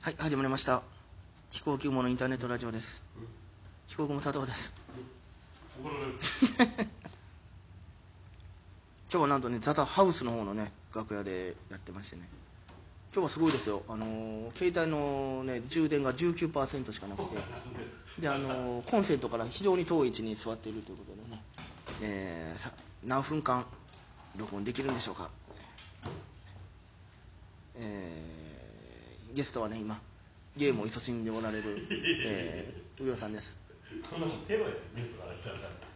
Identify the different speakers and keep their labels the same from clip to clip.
Speaker 1: はい、始まりました。飛行機雲のインターネットラジオです。飛行雲佐藤です。今日はなんとね、ザザハウスの方のね、楽屋でやってましてね。今日はすごいですよ。あのー、携帯のね、充電が19%しかなくて、で、あのー、コンセントから非常に遠い位置に座っているということでね、えー、さ何分間録音できるんでしょうか。えーゲストはね今ゲームを勤しんでおられる、えー、右洋さんです。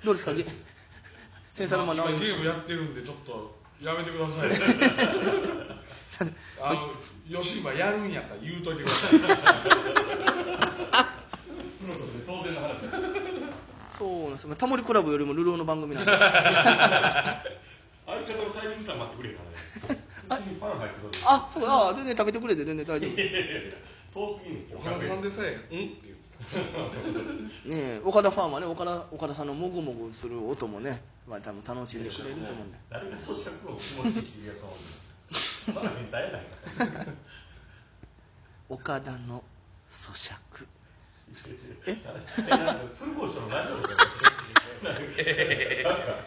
Speaker 1: どうですかゲ
Speaker 2: センサーのゲームやってるんでちょっとやめてく ださい。あの吉今やるんやったら言うといてください。
Speaker 1: そうなんです。まあ、タモリクラブよりもルローの番組なんで。
Speaker 3: 相方のタイミングさん待ってくれるからね。
Speaker 1: あそうあ全然食べてくれて全然大丈夫
Speaker 3: 遠すぎる
Speaker 2: 岡田さんでさえ「うん?」って言
Speaker 1: ってたね岡田ファンはね岡田岡田さんのもぐもぐする音もね、まあ、多分楽しんでくれると思うんで
Speaker 3: 誰が咀嚼を気持ちいいやつもんね耐えないから
Speaker 1: 岡田の咀嚼
Speaker 3: え鶴光師匠のラジオとかなんか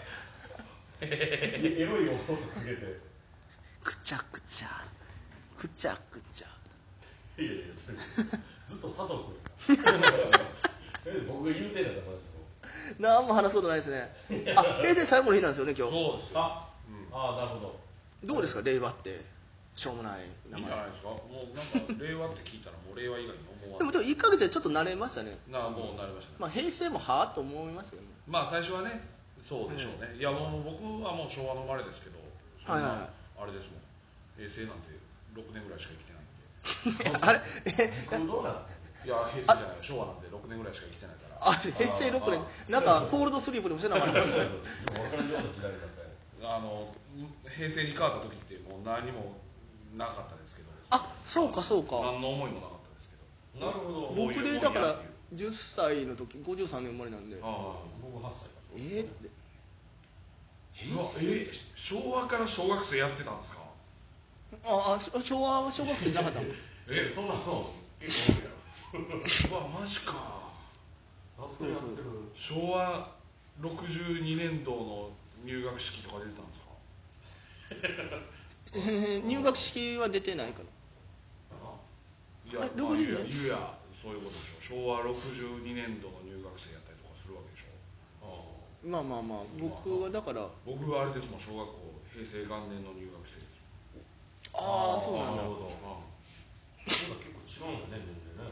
Speaker 3: エロい音とかけて
Speaker 1: くちゃくちゃくちゃくちゃ
Speaker 3: いやいやずっと佐藤君僕が言うてんだから
Speaker 1: 何も話すことないですねあ平成最後の日なんですよね今日
Speaker 3: そうですあ、うん、あなるほど
Speaker 1: どうですか令和ってしょうもない
Speaker 2: 名前いいじゃないですかもうなんか令和って聞いたらもう令和以外に思わ
Speaker 1: ないでもちょっと1か月でちょっと慣れましたね
Speaker 2: なもう慣れました、ね、
Speaker 1: まあ平成もはあと思いますけどね
Speaker 2: まあ最初はねそうでしょうね、うん、いやもう僕はもう昭和の生まれですけど
Speaker 1: はいはい
Speaker 2: あれですもん平成なんて6年ぐらいしか生きてないんで
Speaker 1: あれ
Speaker 3: え時空どうなの
Speaker 2: いや平成じゃない昭和なんて6年ぐらいしか生きてないから
Speaker 1: あ平成6年なんかコールドスリープでもしてなかった
Speaker 2: あの平成に変わった時ってもう何もなかったですけど
Speaker 1: あそうかそうか
Speaker 2: 何の思いもなかったですけ
Speaker 3: どなるほ
Speaker 1: ど僕でだから10歳の時53年生まれなんで
Speaker 3: ああ僕8歳
Speaker 1: えー、って
Speaker 2: え昭和から小学生やってたんですか
Speaker 1: ああ昭和は小学生じゃなかったもん
Speaker 3: えそんなの結構
Speaker 2: 多いやろうわマジか昭和62年度の入学式とか出てたんですか
Speaker 1: えー、入学式は出てないか
Speaker 2: ないや、まあ、いやいやそういうことでしょ昭和62年度の入学生やったりとかするわけでしょ
Speaker 1: ああまあまあまあ僕はだから、まあ、
Speaker 2: 僕はあれですもん小学校平成元年の入学生です
Speaker 1: ああそうなんだなる
Speaker 3: ほど結構違うんだね年齢ね
Speaker 2: めっ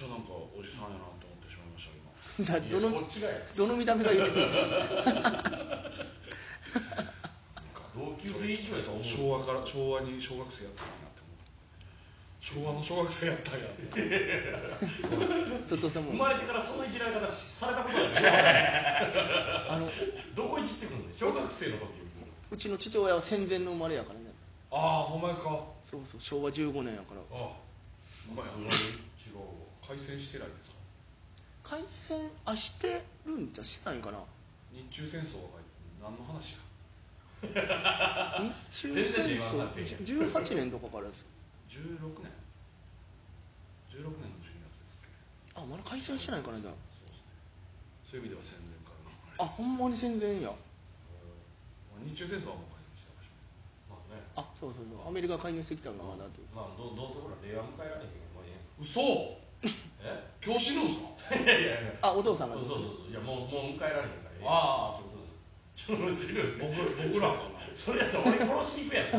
Speaker 2: ちゃなんかおじさんやなと思ってしまいま
Speaker 1: した今どの
Speaker 3: こっちがや
Speaker 1: どの見た目が言うてる
Speaker 3: 同級生以上やと思う
Speaker 2: 昭和から昭和に小学生やったんやって昭和の小学生やったんやって
Speaker 1: ちょっとさも
Speaker 3: 生まれてからそのいじられ方されたことないあのどこいじってくるの小学生の時
Speaker 1: うちの父親は戦前の生まれやからね
Speaker 2: ああほんまですか
Speaker 1: そうそう昭和15年やから
Speaker 2: ああほんまや違う改正してないですか
Speaker 1: 改正あしてるんじゃしてないかな
Speaker 2: 日中戦争は何の話
Speaker 1: や日中戦争18年とかからです
Speaker 2: 16年16年の12月です
Speaker 1: あまだ解散してないからじゃ
Speaker 2: そうですねそういう意味では戦前から
Speaker 1: あほんまに戦前や
Speaker 2: 日中戦争はもう解散してました
Speaker 3: まあね
Speaker 1: あそうそうそうアメリカ介入してきたんがまだ
Speaker 3: とまあどどうせほら令和迎えられへんからまあえ
Speaker 2: え嘘え今日死ぬんす
Speaker 3: かいやいやいや
Speaker 1: あお父さんが
Speaker 3: そうそうそういやもうもう迎えられへんからええ
Speaker 2: ああそうそう
Speaker 3: ちょっと面白いですね
Speaker 2: 僕ら
Speaker 3: それやったら俺殺しに行くやつ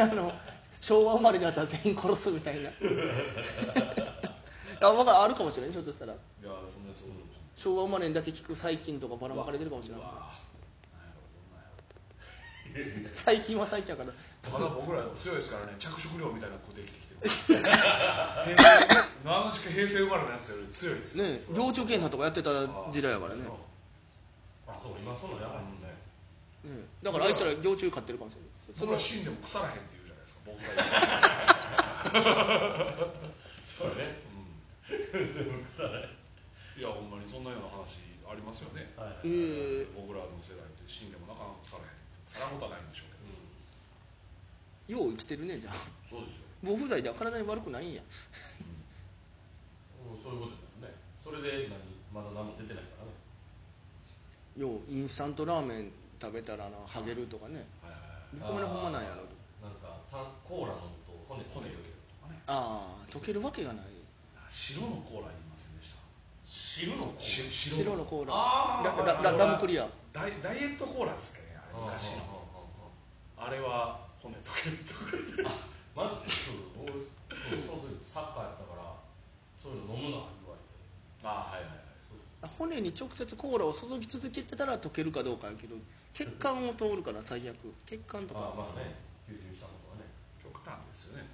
Speaker 3: 完全に
Speaker 1: あの昭和生まれのやつは全員殺すみたいな あ分かあるかもしれないひょっとしたら昭和生まれにだけ聞く細菌とかばらまかれてるかもしれない最近は最近やから
Speaker 2: まだ僕ら強いですからね着色料みたいな子できてきてる何の時期 平成生まれのやつより強いです
Speaker 1: ね病虫検査とかやってた時代やからね
Speaker 3: あそう今そうなんやばいもんね
Speaker 1: ねだからあいつら病虫飼ってるかもしれない
Speaker 2: それは死んでも腐らへんっていう盆栽
Speaker 3: そうね、うん、で も腐らない
Speaker 2: いやほんまにそんなような話ありますよね、
Speaker 3: はい
Speaker 1: えー、
Speaker 2: 僕らの世代って死んでもなかなか腐らへん腐らんことはないんでしょうけ
Speaker 1: ど、うん、よう生きてるねじゃあ
Speaker 2: そうですよ
Speaker 1: 防腐剤では体に悪くないんや
Speaker 4: うん、そういうことだよねそれで何まだ何も出てないからね
Speaker 1: ようインスタントラーメン食べたらなハゲるとかね
Speaker 2: はいはいは
Speaker 1: 僕も
Speaker 2: い
Speaker 1: ねほんまなんやろ
Speaker 4: なんかたコーラ飲むと骨溶ける
Speaker 2: とかね
Speaker 1: ああ溶けるわけがない
Speaker 2: 白のコーラいりませんでした
Speaker 4: 汁のコ
Speaker 2: し
Speaker 4: ー
Speaker 2: 白
Speaker 1: 白のコーラ
Speaker 4: あ
Speaker 1: ララララムクリア
Speaker 2: ダイダイエットコーラですかねあれ昔のあれは骨溶けるとか言って
Speaker 4: マジでそう俺そうその時サッカーやったからそういうの飲むな言われて
Speaker 2: ああはいはいはい
Speaker 1: あ骨に直接コーラを注ぎ続けてたら溶けるかどうかやけど血管を通るから最悪血管と
Speaker 4: まあ
Speaker 1: か
Speaker 4: まあね吸収したものはね
Speaker 2: 極端ですよね
Speaker 4: す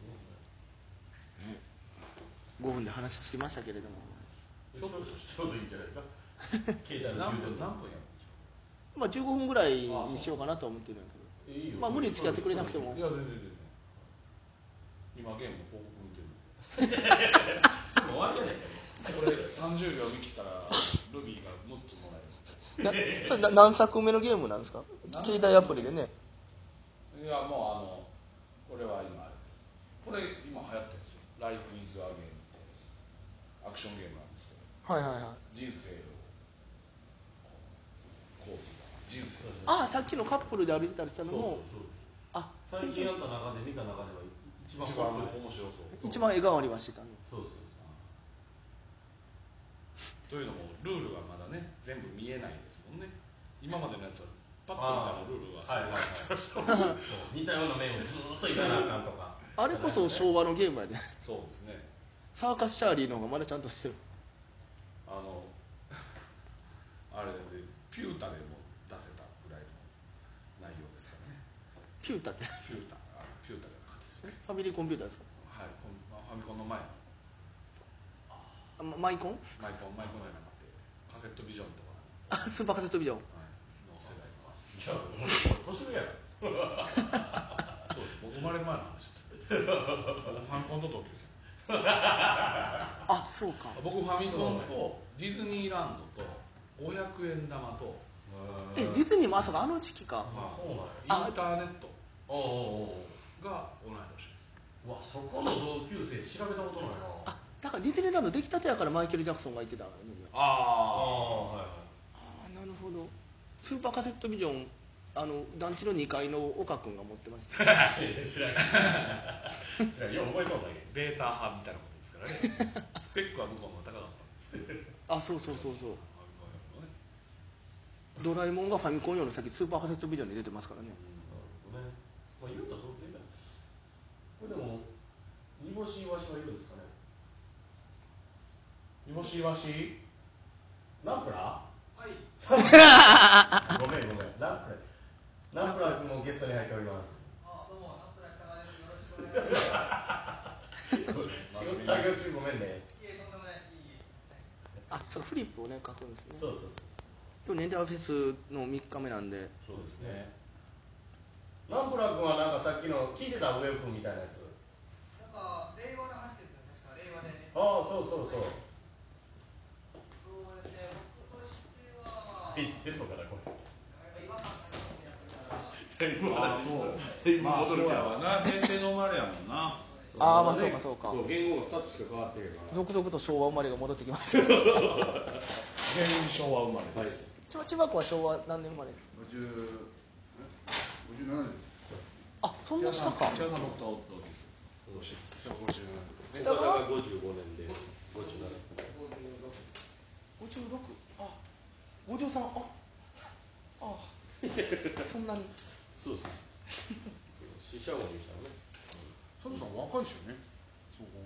Speaker 4: ごいね
Speaker 1: 5分で話つきましたけれども
Speaker 4: ちょっとちょうどいいんじゃないですか 携帯の
Speaker 2: 何
Speaker 4: 充
Speaker 2: 分
Speaker 4: 電
Speaker 2: 何分やるんですか
Speaker 1: まあ15分ぐらいにしようかなとは思ってるんやけど
Speaker 4: いいよ
Speaker 1: まあ無理に付き合ってくれなくても
Speaker 2: いや全然全然今ゲームの広告見て る
Speaker 4: すぐ終わりやねん
Speaker 2: これ30秒見切ったらルビーが6つもらえる
Speaker 1: なそれな何作目のゲームなんですか携帯アプリでね
Speaker 2: いやもうあのこれは今あれですこれ今流行ってるんですよ「Life is a Game」ってアクションゲームなんですけど
Speaker 1: はいはいはい
Speaker 2: 人生をこうこうする人生を
Speaker 1: ああさっきのカップルで歩いてたりした
Speaker 4: そう
Speaker 1: の
Speaker 4: そう
Speaker 1: も
Speaker 4: そう
Speaker 1: あ
Speaker 4: 最近やった中で見た中では一番
Speaker 2: 一番面
Speaker 4: 面白い
Speaker 2: 白そう
Speaker 1: 一番笑顔ありましてたの
Speaker 4: そうそう
Speaker 2: というのもルールがまだね全部見えないですもんね今までのやつはパッと見たらルールが
Speaker 4: はいはいはいそう似たような面をずーっといかなあかんとか
Speaker 1: あれこそ昭和のゲームやで
Speaker 2: そうですね
Speaker 1: サーカスシャーリーの方がまだちゃんとしてる
Speaker 2: あのあれでピュータでも出せたぐらいの内容ですからね
Speaker 1: ピュータって
Speaker 2: ピュータあピュータじゃなかったですね
Speaker 1: ファミリーコンピューターですか
Speaker 2: はいこんファミコンの前の
Speaker 1: あまマイコン
Speaker 2: マイコンマイコンじゃなくてカセットビジョンとか
Speaker 1: あスーパーカセットビデオ
Speaker 2: の世代とか
Speaker 4: いや俺年上やろ
Speaker 2: そうです僕生まれる前の話ですよ僕ファミコンと同級生
Speaker 1: あそうか
Speaker 2: 僕ファミコンとディズニーランドと500円玉と
Speaker 1: えディズニーもあそうかあの時期か
Speaker 2: ま
Speaker 4: そうなんや
Speaker 2: あインターネット
Speaker 4: おうおうおう
Speaker 2: が同い年
Speaker 4: うわそこの同級生調べたことないな
Speaker 1: あだからディズニーランドできたてやからマイケル・ジャクソンが言ってたのよね
Speaker 4: あ
Speaker 2: あ
Speaker 4: あはいはい
Speaker 1: ああなるほどスーパーカセットビジョンあの団地の2階の岡君が持ってました
Speaker 4: 知らん知らんよう覚えとんだけ
Speaker 2: ベータ派みたいなことですからね スペックは向こうの方が高かったんですけど
Speaker 1: あそうそうそうそう
Speaker 2: ファミ
Speaker 1: ド
Speaker 2: コンよりもね
Speaker 1: ラえもんがファミコン用の先スーパーカセットビデオに出てますからね
Speaker 4: どねまあ言うたらそうだよこれでも煮干しイワシはいるんですかね煮干しイワシナンプラはいごめんごめんナンプラナンプラ君もゲストに入っております
Speaker 5: あどうも、ナンプラー北川です。よろしくお願いします。
Speaker 4: 仕事作業中ごめんね
Speaker 5: いえ、とんでもないです。いい
Speaker 1: あそうかフリップをね書くんですね
Speaker 4: そうそう
Speaker 1: 今日年代フェスの3日目なんで
Speaker 4: そうそうですねナンプラ君はなんかさっきの聞いてた上尾君みたいなやつ
Speaker 5: なんか、令和の話ですよね。確か、令和でね。
Speaker 4: ああそうそうそう
Speaker 5: そうですね、僕としては、
Speaker 4: 言ってんのかなこれ
Speaker 5: 違和感がありますね、やっぱり。
Speaker 2: まあそうやわな平成の生まれやもんな
Speaker 1: ああまあそうかそうか
Speaker 4: 言語が2つしか変わってへんから
Speaker 1: 続々と昭和生まれが戻ってきました
Speaker 2: 全員昭和生まれです、
Speaker 1: 千葉千葉子は昭和何年生まれです
Speaker 6: 五十五十七です。
Speaker 1: あそんな下か
Speaker 6: 千葉さんのことはどうです。五十
Speaker 1: だから
Speaker 3: 55年で57
Speaker 1: 56あ五条さんああそんなに
Speaker 3: そうそうそう死者も見たね
Speaker 6: 佐藤さん若いですよね。そう考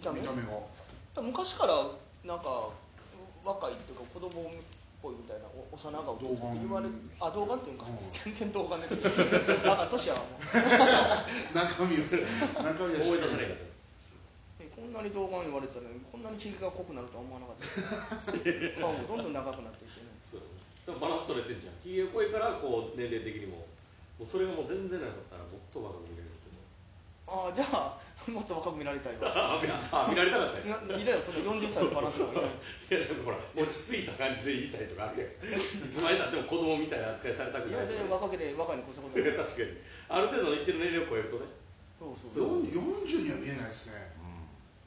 Speaker 1: 見
Speaker 6: る
Speaker 1: た
Speaker 6: と
Speaker 1: 目
Speaker 6: 見た目が。
Speaker 1: 昔からなんか若いっていうか子供っぽいみたいなお幼顔って言われ
Speaker 6: 童顔
Speaker 1: あ童顔っていうんか、
Speaker 6: うん
Speaker 1: 全然童顔だけどあか年はもう
Speaker 6: 中身は中身は
Speaker 3: 思い出されへんかっ
Speaker 1: えこんなに童顔言われてたのにこんなに毛が濃くなるとは思わなかったです顔もどんどん長くなっていってね
Speaker 3: たそうでもバランス取れてんじゃんひげ濃いからこう年齢的にももうそれがもう全然なかったらもっと若く見れると思う
Speaker 1: ああじゃあもっと若く見られたいわ
Speaker 3: あ見あ見られたかったね
Speaker 1: ないらよその40歳のバランスの方がいない
Speaker 3: いやなんかほら落ち着いた感じで言いたいとかあるやんいつまでたっても子供みたいな扱いされたく
Speaker 1: い
Speaker 3: な
Speaker 1: や
Speaker 3: いと
Speaker 1: で
Speaker 3: か
Speaker 1: 若ければ若いに越したことない
Speaker 3: 確かにある程度の言ってる年齢を超えるとね
Speaker 1: そうそう
Speaker 6: よん40には見えないですね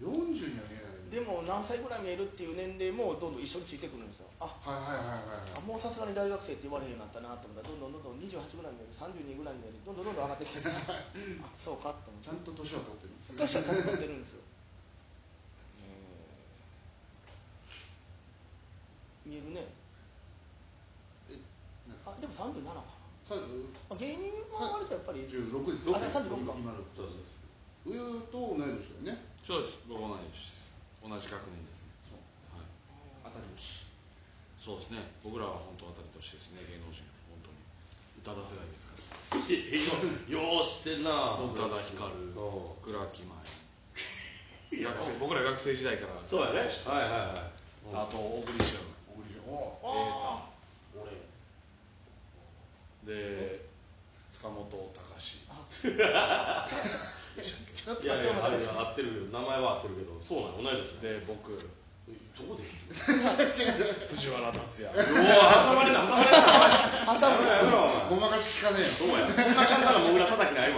Speaker 6: 40には見えない
Speaker 1: でも何歳ぐらい見えるっていう年齢もどんどん一緒についてくるんですよあ
Speaker 6: はいはいはい
Speaker 1: あ
Speaker 6: はい
Speaker 1: もうさすがに大学生って言われへんようになったなと思ったらどんどんどんどん28ぐらい見える32ぐらい見えるどんどんどんどん上がってきてあそうかと思って
Speaker 6: ちゃんと年は取ってるんですね
Speaker 1: 年はちゃんと取ってるんですよ、えー見えるね
Speaker 6: なんですか
Speaker 1: あでも37かな
Speaker 6: さ
Speaker 1: あ芸人は割とやっぱり
Speaker 6: 46です
Speaker 1: あ36か
Speaker 6: 今の
Speaker 3: そうです
Speaker 6: 上と同い年だよね
Speaker 2: そうです僕同じです同じ学年ですねはい
Speaker 6: 当たり年
Speaker 2: そうですね僕らは本当当たり年ですね芸能人本当に宇多田世代ですから
Speaker 3: よう知ってんな
Speaker 2: 宇多田ヒカル
Speaker 3: そ
Speaker 2: 倉木 麻衣学生僕ら学生時代から
Speaker 3: そうやねはいはいは
Speaker 2: あと小栗旬
Speaker 6: 小栗旬お
Speaker 1: ああ
Speaker 6: 俺
Speaker 2: で塚本隆
Speaker 6: ちょ
Speaker 3: い
Speaker 6: っ
Speaker 3: いやい
Speaker 6: ちょ
Speaker 3: や
Speaker 6: っ
Speaker 3: あれ合ってるよ名前は合ってるけどそうなの同い年で
Speaker 2: で僕
Speaker 3: どこで
Speaker 2: 藤原竜也
Speaker 3: うわ挟まれな挟まれな
Speaker 1: あ
Speaker 3: やめろやめろお
Speaker 6: とごまかし聞 かねえよ
Speaker 3: 前そうやこんな簡単なモグラ叩きないわ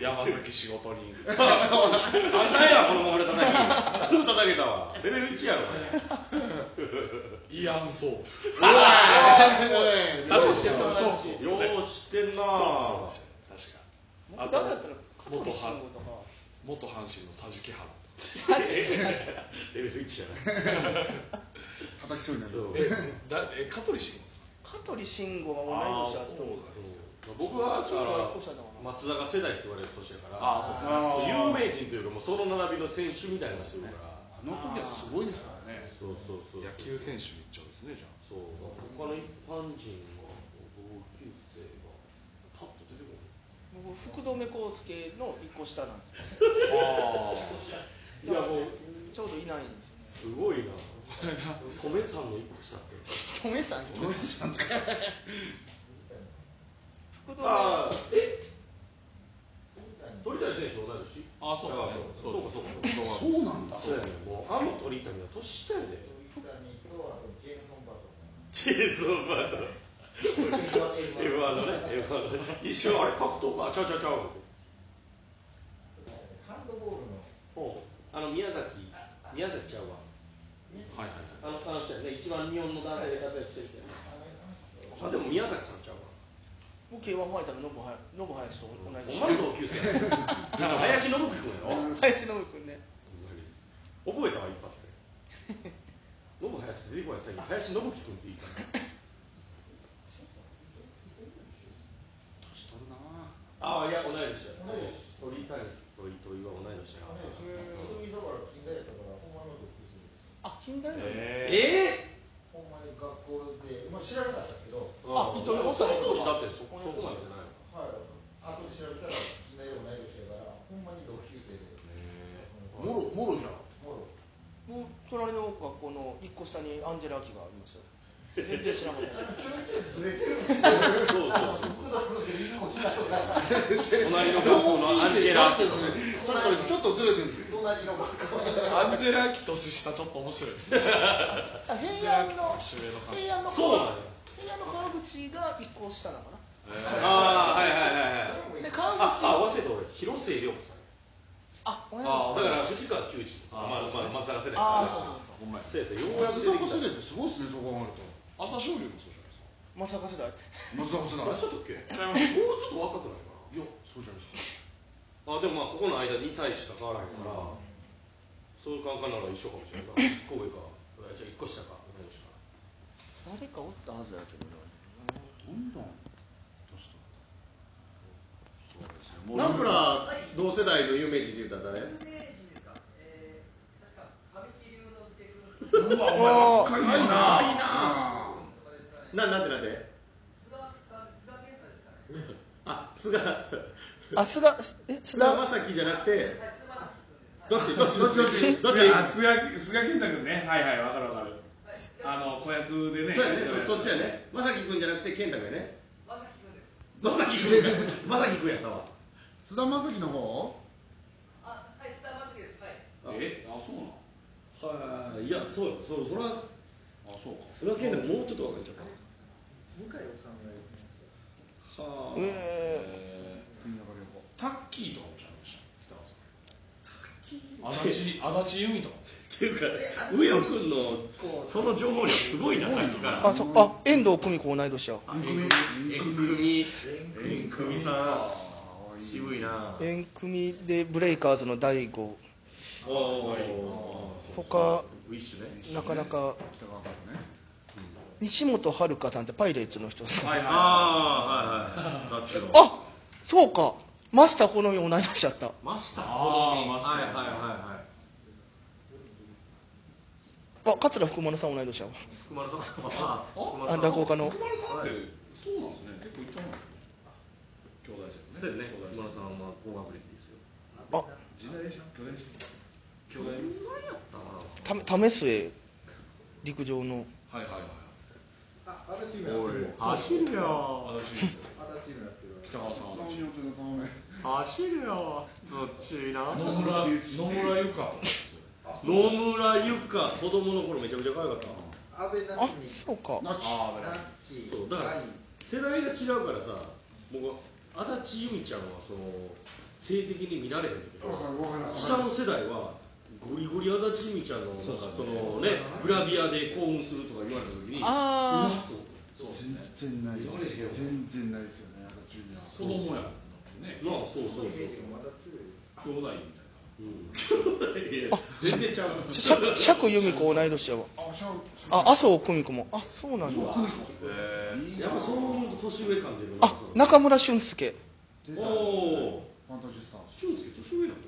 Speaker 2: 山崎仕事 人
Speaker 3: 簡単やわこのモグラ叩きすぐ叩けたわレベル1やろ
Speaker 2: イアン・ソー
Speaker 6: おい
Speaker 2: 確か
Speaker 1: そ
Speaker 2: に
Speaker 1: うそう
Speaker 2: そうそう
Speaker 3: これよう知ってんな
Speaker 2: そうそう確か
Speaker 1: もうダメだったら加
Speaker 2: 元
Speaker 1: 藤
Speaker 2: ハ
Speaker 1: 慎
Speaker 2: ン
Speaker 1: 吾とか
Speaker 2: 元阪神の桟敷原
Speaker 3: レベル1やな
Speaker 6: 叩きそうになる
Speaker 3: そう
Speaker 2: えだえ香取慎吾さん
Speaker 1: 香取慎吾が同い
Speaker 2: ああ
Speaker 1: 年だ
Speaker 2: そう
Speaker 1: と
Speaker 3: 僕はだか
Speaker 1: 慎吾は
Speaker 3: ら
Speaker 1: 1個下だから
Speaker 3: 松坂世代って言われる年やから
Speaker 2: ああそうか
Speaker 6: あー
Speaker 3: 有名人というかもうその並びの選手みたいな人だから
Speaker 6: あの時はすごいですからね
Speaker 3: そうそうそう
Speaker 2: 野球選手に行っちゃうんですねじゃあ
Speaker 3: そう他の一般人は同級生がパッと出てこ
Speaker 1: 僕福留孝介の1個下なんですよ
Speaker 2: あ
Speaker 3: ないいやもう
Speaker 1: ちょうどいないんです
Speaker 3: すごいなトメさんの一個下って
Speaker 1: よね止めさん
Speaker 6: どうしたんだ
Speaker 1: 福留
Speaker 3: ああえ
Speaker 7: い
Speaker 3: 鳥谷選手同い年
Speaker 2: ああそうそうそう
Speaker 3: そうかそうかそうか
Speaker 6: そうなんだ
Speaker 3: そうやねもうあの鳥谷が年下やでチェーンソーバードエヴァのねエヴァのね一瞬あれ格闘家ちゃうちゃうちゃう思って
Speaker 7: ハンドボールの
Speaker 3: ほうあの宮崎宮崎ちゃうわ
Speaker 2: はい
Speaker 3: あ
Speaker 2: はい
Speaker 3: のあの人やね一番日本の男性で活躍してる人やねあでも宮崎さんちゃうわ
Speaker 1: 僕 K1 ファイターのノブハヤノブ林と同い
Speaker 3: お
Speaker 1: 年
Speaker 3: 前の同級生やね林信樹君やろ
Speaker 1: 林信君ね
Speaker 3: 覚えたわ一発でノブ林って出てこない最近林信樹君っていいか
Speaker 6: 年取るな
Speaker 3: ああいや同い年や
Speaker 7: 同い
Speaker 3: 鳥谷と糸井は同い年や
Speaker 1: あ近代の
Speaker 2: え
Speaker 3: え
Speaker 1: あ糸
Speaker 3: ー、
Speaker 1: 井おったね
Speaker 3: 佐藤氏だってそそこまでじゃないの
Speaker 6: もろもろじゃん
Speaker 1: 僕隣の学校の1個下にアンジェラ・アキがいますよ全然知らなかった
Speaker 3: そうそうそう隣の学校のアンジェラーテとか
Speaker 6: さっきからちょっとずれてるんだよ
Speaker 7: 隣の学校
Speaker 2: アンジェラ・アキ年下ちょっと面白いですね
Speaker 1: あ平安の
Speaker 2: 年上の感じ
Speaker 1: 平安の
Speaker 3: そうなんや
Speaker 1: 平安の川口が1個下なのか
Speaker 3: ああはいは
Speaker 1: な
Speaker 3: いはいはい
Speaker 1: で川
Speaker 3: あ
Speaker 1: 口
Speaker 3: あ
Speaker 1: は
Speaker 3: 忘れた俺広末涼子さん
Speaker 1: あ同い
Speaker 2: あ
Speaker 3: だ
Speaker 1: 年
Speaker 3: から藤川球児とか
Speaker 2: あ
Speaker 3: まあ
Speaker 2: そうです
Speaker 3: ま
Speaker 2: ね
Speaker 3: あ松坂世代と
Speaker 1: あそ
Speaker 3: か
Speaker 1: うです
Speaker 2: ほんま
Speaker 3: そ
Speaker 2: や
Speaker 3: うですようやく
Speaker 6: 松坂世
Speaker 3: 出てき
Speaker 6: 代ってすごいですねそう考えると
Speaker 2: 朝青龍もそうじゃないですか
Speaker 1: 松坂世代
Speaker 6: 松坂世代
Speaker 3: たあそうだっけもうちょっと若くないかない
Speaker 6: やそうじゃな
Speaker 3: あでも
Speaker 6: いです
Speaker 3: まあここの間2歳しか変わらへんから、そういう感覚なら一緒かもしれ ないな1個上かいやじゃあ1個下か同い年
Speaker 1: 誰か
Speaker 3: か
Speaker 1: おったはずだけどな
Speaker 6: かどんどん年取
Speaker 3: ナンプラー同世代の有名人で言うたら誰
Speaker 2: うわお前若いよな
Speaker 3: あいいなななんてなんてあ菅
Speaker 1: あ、菅、え、
Speaker 3: 菅
Speaker 1: 菅田、
Speaker 3: 田将暉じゃなくてどっちどっちどっちどっちどっち
Speaker 8: あ菅菅健太君ねはいはいわかるわかるあの子役でね
Speaker 3: そうやねそそっちやね将暉君じゃなくて健太君やね将暉君か将暉君やったわ
Speaker 6: った菅田将暉の方
Speaker 8: えあそうなの
Speaker 3: はいいやそうよそそれは
Speaker 8: あそうか
Speaker 3: 菅健太もうちょっと忘れちゃったはあ、
Speaker 1: え
Speaker 6: 国中涼子
Speaker 2: タッキーとかもちゃいました北川さん足立足立由美とか
Speaker 3: っていうか上野君のその情報量すごいなさっきから
Speaker 1: あそうあ遠藤久美子同い年や
Speaker 3: あえんくみえんくみさん渋いな
Speaker 1: 遠久美でブレイカーズの大悟
Speaker 3: おお
Speaker 1: 他
Speaker 3: ウィッシュね
Speaker 1: なかなか
Speaker 6: 北川からね
Speaker 1: 西本遥さんってパイレーツの人ですね
Speaker 8: はいは
Speaker 3: ああはいはいガチの
Speaker 1: あそうかマスター好み同い年やった
Speaker 3: マスター
Speaker 8: あーマスター
Speaker 3: はいはいはいはい
Speaker 1: あ桂福丸さん同い年やわ
Speaker 3: 福丸さんあ福丸
Speaker 1: あ
Speaker 3: さん
Speaker 1: 落語家の
Speaker 2: 福丸さんってそうなんですね結構いったもん兄弟生
Speaker 3: そうやね福丸さんはまあ高学歴ですよ
Speaker 2: 時代でしょ兄弟でし
Speaker 3: 兄弟やったか
Speaker 1: た為末陸上の
Speaker 2: ょはいはいはい
Speaker 7: あ、アダチームやってるよ。
Speaker 3: な走るよ
Speaker 2: 足立由美と
Speaker 7: アダチームやってるわ。
Speaker 2: 北川さん足
Speaker 3: 走
Speaker 2: 立由
Speaker 3: るよどっちいな
Speaker 2: 美野村野村ゆか
Speaker 3: 野村ゆか子供の頃めちゃめちゃ可愛かった
Speaker 7: 安倍
Speaker 1: あ
Speaker 7: 夏美、
Speaker 1: そうか
Speaker 2: ああ
Speaker 7: ナッチ、
Speaker 3: そうだから
Speaker 7: ライン
Speaker 3: 世代が違うからさ僕足立由美ちゃんはその性的に見られへんけど下の世代はゴリゴリ足立由美ちゃんのなんかそのねグラビアで興奮するとか言われた時に
Speaker 1: あー
Speaker 3: そうです
Speaker 6: 全
Speaker 3: ね
Speaker 6: 然ない全然ないですよねあとジュニア
Speaker 2: 子供やもんね
Speaker 3: まあそうそうそう、
Speaker 7: また強い。
Speaker 2: 兄弟みたいな
Speaker 3: うん、いや全然ちゃう
Speaker 1: ちょ釈釈由美子同い年やわ
Speaker 6: あシャウ
Speaker 1: あ麻生久美子もあそうなんだ
Speaker 3: やっぱそう思うと年上感出るな
Speaker 1: あ中村俊輔
Speaker 3: おお
Speaker 6: ファンタジスタ
Speaker 3: 俊介年上なんだ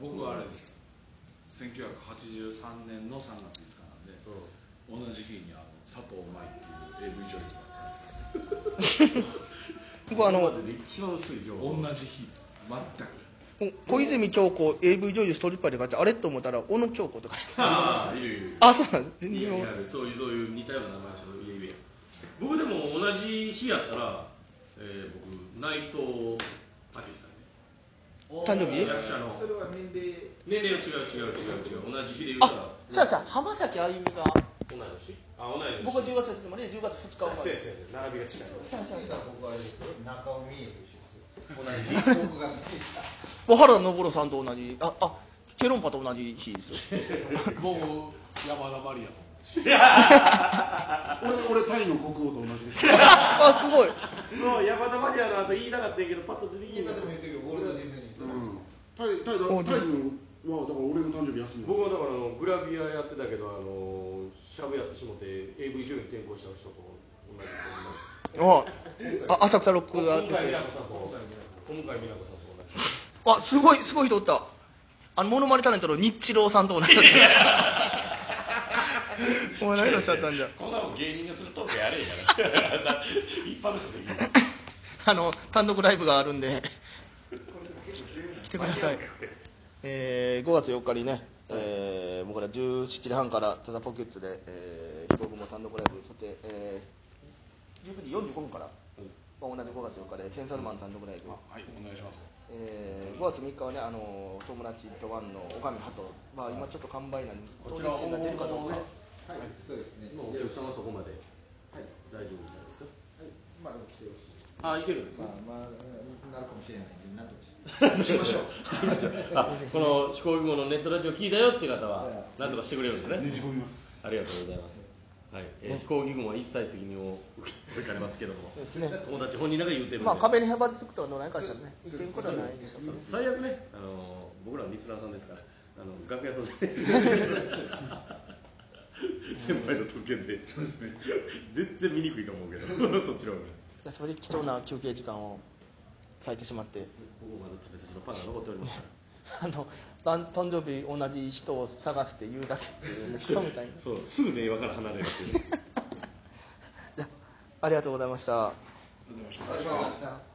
Speaker 2: 僕はあれですよ1983年の3月5日なんで同じ日にあの佐藤舞っていう AV 女優が出てます
Speaker 1: 僕あの
Speaker 3: で一番薄い情
Speaker 2: 同
Speaker 3: 報
Speaker 2: じ日です全く
Speaker 1: 小泉京子 AV 女優ストリッパーで書いてあれと思ったら小野京子とか
Speaker 3: ああいるいるいる
Speaker 1: あそうなん全
Speaker 3: いや
Speaker 1: 然
Speaker 3: いやそういうそういう似たような名前の人いるいる僕でも同じ日やったら、えー、僕内藤武さんね
Speaker 1: 誕生日
Speaker 3: 役者の
Speaker 7: それは年齢、
Speaker 3: 年齢は違う違う違う違う同じ日で言うたら
Speaker 1: あそうやそうや浜崎あゆみが
Speaker 3: 同い年あ同い年
Speaker 1: 僕は10月生まれで10月2日生ま
Speaker 3: そう
Speaker 1: れ
Speaker 3: やそうや並びが違う
Speaker 1: そうやそうやそうや
Speaker 7: 僕はあれですよ。中尾美恵と一緒
Speaker 3: 同
Speaker 7: ですよ。僕が好き
Speaker 1: 小原信郎さんと同じああケロンパと同じ日ですよ
Speaker 2: 僕山田マリアと
Speaker 6: 俺俺タイの国王と同じです
Speaker 1: あすごい
Speaker 3: じそう山田マリアの後言いたかったんやけどパッと出て
Speaker 7: み
Speaker 3: き
Speaker 7: んなでも言ってるけど、ゴールドディズニーと。
Speaker 6: タイタイだタイのはだから俺の誕生日休み
Speaker 3: 僕はだからあのグラビアやってたけどあのシャブやってしもて AV 女優に転向した人と同じ
Speaker 1: ああ浅草ロッ
Speaker 3: 今
Speaker 1: クが
Speaker 3: 回美奈子さんと今回美奈子さんと同じ
Speaker 1: あすごいすごい人おったあのモノマネタレントのニッチローさんと同じ お前何のしちゃったんじゃ
Speaker 3: こんなの芸人がするトークやれへんから一般の人でいいよ
Speaker 1: あの単独ライブがあるんで来てください、えー5月4日にね、えー僕ら17時半からただポケットで、えー、飛行雲単独ライブそして、えー19時45分から、まあ、同じ5月4日でセンサルマン単独ライブ、
Speaker 2: はいお願いします
Speaker 1: えー5月3日はねあの友達とワンの女将鳩、まあ、今ちょっと完売なんで当日券が出るかどうか、
Speaker 7: はい、そうですね。
Speaker 3: もうお客さんはそこまで
Speaker 7: はい
Speaker 3: 大丈夫みたいですよ
Speaker 7: はい、まあでも来てほしい。
Speaker 3: あいけるんです
Speaker 7: まあまあ、なるかもしれないけど、なんとかししましょう。
Speaker 3: あこの飛行機雲のネットラジオ聞いたよっていう方はなんとかしてくれるんですね
Speaker 6: ねじ込みます
Speaker 3: ありがとうございますはい、えー飛行機雲は一切責任を受け受かれますけども
Speaker 1: ですね
Speaker 3: 友達本人なんか言うてるんで、
Speaker 1: まあ壁にへばりつくとはどないかしたらねいけんことはないでしょうから
Speaker 3: 最悪ねあの僕らのリスナーさんですからあの楽屋 さんで先輩の特権でそうですね全然見にくいと思うけど そっちの方が
Speaker 1: いやそれで貴重な休憩時間を割いてしまって
Speaker 3: 僕もまだ食べさしのパンが残っておりますから
Speaker 1: あの誕誕生日同じ人を探して言うだけって いうクソみたいな
Speaker 3: そうすぐ令和から離れるっていう
Speaker 1: ありがとうございました
Speaker 7: ありがとうございました。